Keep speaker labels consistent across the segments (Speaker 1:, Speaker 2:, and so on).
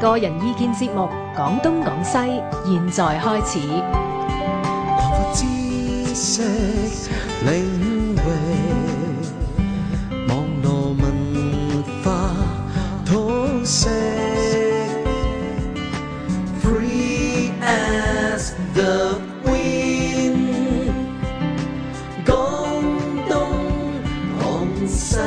Speaker 1: 個人意見節目《講東講西》，現在開始。
Speaker 2: 擴闊知識領域，網絡文化通識，Free as the wind，講東講西。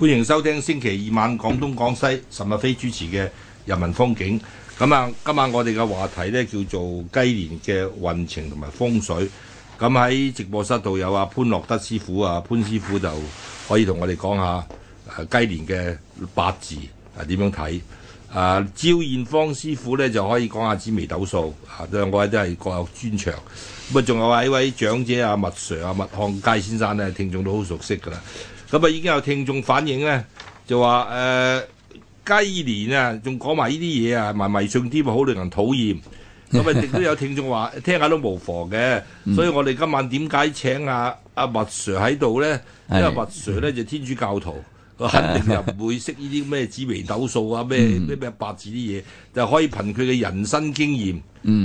Speaker 3: 歡迎收聽星期二晚廣東廣西岑日飛主持嘅《人民風景》。咁啊，今晚我哋嘅話題呢，叫做雞年嘅運程同埋風水。咁喺直播室度有阿潘樂德師傅啊，潘師傅就可以同我哋講下誒雞年嘅八字啊點樣睇。啊，招燕芳師傅咧就可以講下紫微斗數，啊兩位都係各有專長。咁啊，仲有啊呢位長者啊麥 Sir 啊麥漢佳先生咧，聽眾都好熟悉㗎啦。咁啊，已經有聽眾反映咧，就話誒、呃雞年啊，仲講埋呢啲嘢啊，埋迷信啲咪好令人討厭。咁啊，亦都有聽眾話聽下都無妨嘅，所以我哋今晚點解請阿阿麥 Sir 喺度咧？因為
Speaker 4: 係
Speaker 3: 麥 Sir 咧就天主教徒，佢肯定就唔會識呢啲咩紫微斗數啊、咩咩咩八字啲嘢，就可以憑佢嘅人生經驗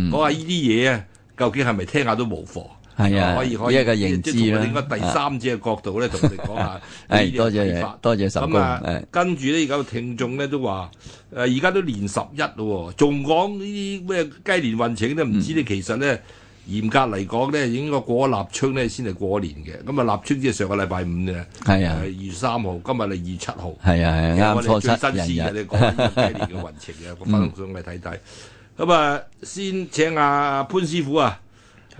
Speaker 3: 講下呢啲嘢啊，究竟係咪聽下都無妨？
Speaker 4: 係啊
Speaker 3: 可以可以，
Speaker 4: 一個認知啦啊
Speaker 3: 即係從我哋應該第三者嘅角度咧，同我哋講下呢 啲
Speaker 4: 係多謝
Speaker 3: 睇法
Speaker 4: 多謝岑
Speaker 3: 咁啊
Speaker 4: 公，
Speaker 3: 跟住咧而家個聽眾咧都話誒，而家都年十一咯喎，仲講呢啲咩雞年運程咧，唔知你其實咧。嚴格嚟講咧，應該過咗立春咧先係過年嘅。咁啊，立春即係上個禮拜五嘅，
Speaker 4: 係
Speaker 2: à,
Speaker 4: 啊
Speaker 3: 二月三號，今日係二月七號。
Speaker 4: 係啊係啊，啱
Speaker 3: 我哋最
Speaker 4: 錯
Speaker 3: 新
Speaker 4: 失
Speaker 3: 鮮嘅
Speaker 4: 人
Speaker 3: 你
Speaker 4: 日，
Speaker 3: 講 呢個雞年嘅運程嘅，我翻上嚟睇睇。咁啊，先請阿潘師傅啊，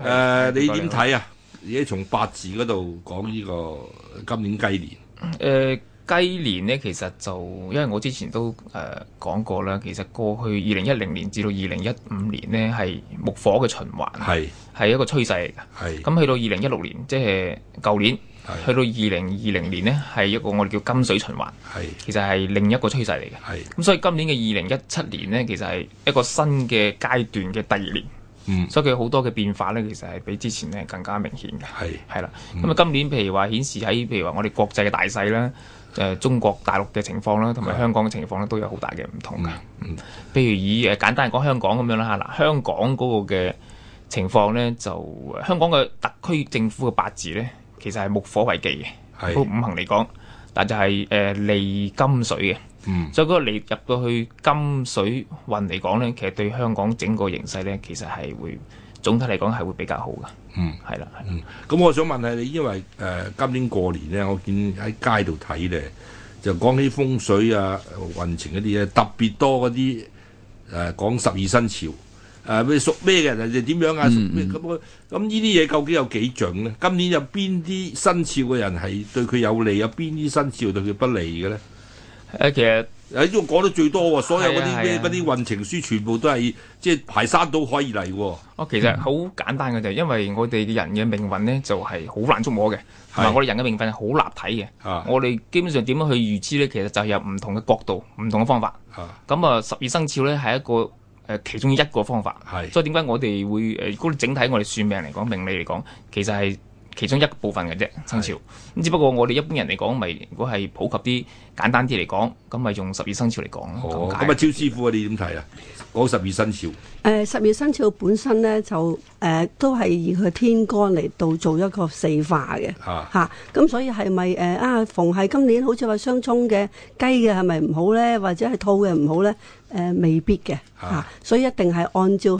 Speaker 3: 誒、你點睇啊？而家從八字嗰度講呢個今年雞年，
Speaker 5: 誒、呃雞年呢，其實就因為我之前都誒、呃、講過啦，其實過去二零一零年至到二零一五年呢，係木火嘅循環，
Speaker 3: 係
Speaker 5: 係一個趨勢嚟㗎。
Speaker 3: 係
Speaker 5: 咁去到二零一六年，即係舊年，
Speaker 3: 係
Speaker 5: 去到二零二零年呢，係一個我哋叫金水循環，
Speaker 3: 係
Speaker 5: 其實係另一個趨勢嚟嘅。
Speaker 3: 係，
Speaker 5: 咁所以今年嘅二零一七年呢，其實係一個新嘅階段嘅第二年，
Speaker 3: 嗯
Speaker 5: 所以佢好多嘅變化呢，其實係比之前呢更加明顯嘅。
Speaker 3: 係
Speaker 5: 係啦，
Speaker 3: 嗯
Speaker 5: 咁啊今年譬如話顯示喺譬如話我哋國際嘅大勢啦，誒、中國大陸嘅情況啦，
Speaker 3: 嗯
Speaker 5: 同埋香港嘅情況咧都有好大嘅唔同㗎。譬如以誒簡單嚟講香港咁樣啦嚇，嗱香港嗰個嘅情況咧就香港嘅特區政府嘅八字咧，其實係木火為忌嘅，
Speaker 3: 係
Speaker 5: 嗰五行嚟講，但就係誒利金水嘅。
Speaker 3: 嗯
Speaker 5: 所以嗰個利入到去金水運嚟講咧，其實對香港整個形勢咧，其實係會總體嚟講係會比較好㗎。
Speaker 3: 嗯，
Speaker 5: 係啦，係啦。
Speaker 3: 嗯。咁我想問下你，因為誒、呃今年過年咧，我見喺街度睇咧，就講起風水啊、運程嗰啲嘢，特別多嗰啲誒講十二生肖。誒咩屬咩嘅人就點樣啊？
Speaker 5: 嗯
Speaker 3: 屬咩咁我咁呢啲嘢究竟有幾準咧？今年有邊啲生肖嘅人係對佢有利，有邊啲生肖對佢不利嘅咧？啊
Speaker 5: 誒，其實
Speaker 3: 喺呢度講得最多喎，所有嗰啲
Speaker 5: 係啊
Speaker 3: 咩
Speaker 5: 係啊
Speaker 3: 嗰啲運程書全部都係即係排山倒海而嚟喎。
Speaker 5: 我其
Speaker 3: 嗯
Speaker 5: 實好簡單嘅就係，因為我哋嘅人嘅命運呢，就係好難捉摸嘅，同埋我哋人嘅命運係好立體嘅。
Speaker 3: 啊
Speaker 5: 我哋基本上點樣去預知呢？其實就係有唔同嘅角度、唔同嘅方法。
Speaker 3: 啊，
Speaker 5: 咁啊，十二生肖呢係一個誒、呃其中一個方法。
Speaker 3: 係
Speaker 5: 所以點解我哋會誒、呃如果整體我哋算命嚟講、命理嚟講，其實係其中一部分嘅啫生肖。咁只不過我哋一般人嚟講，咪如果係普及啲、簡單啲嚟講，咁咪用十二生肖嚟講咯。
Speaker 3: 哦，
Speaker 5: 咁
Speaker 3: 咁
Speaker 5: 解
Speaker 3: 啊，招師傅啊，你點睇啊？講十二生肖，
Speaker 6: 誒呃十二生肖本身咧就誒、呃都係以佢天干嚟到做一個四化嘅
Speaker 3: 啊
Speaker 6: 嚇，咁、所以係咪誒啊逢係今年好似話相沖嘅雞呃嘅係咪唔好咧，或者係兔嘅唔好咧？誒、未必嘅嚇、
Speaker 3: 啊
Speaker 6: 所以一定係按照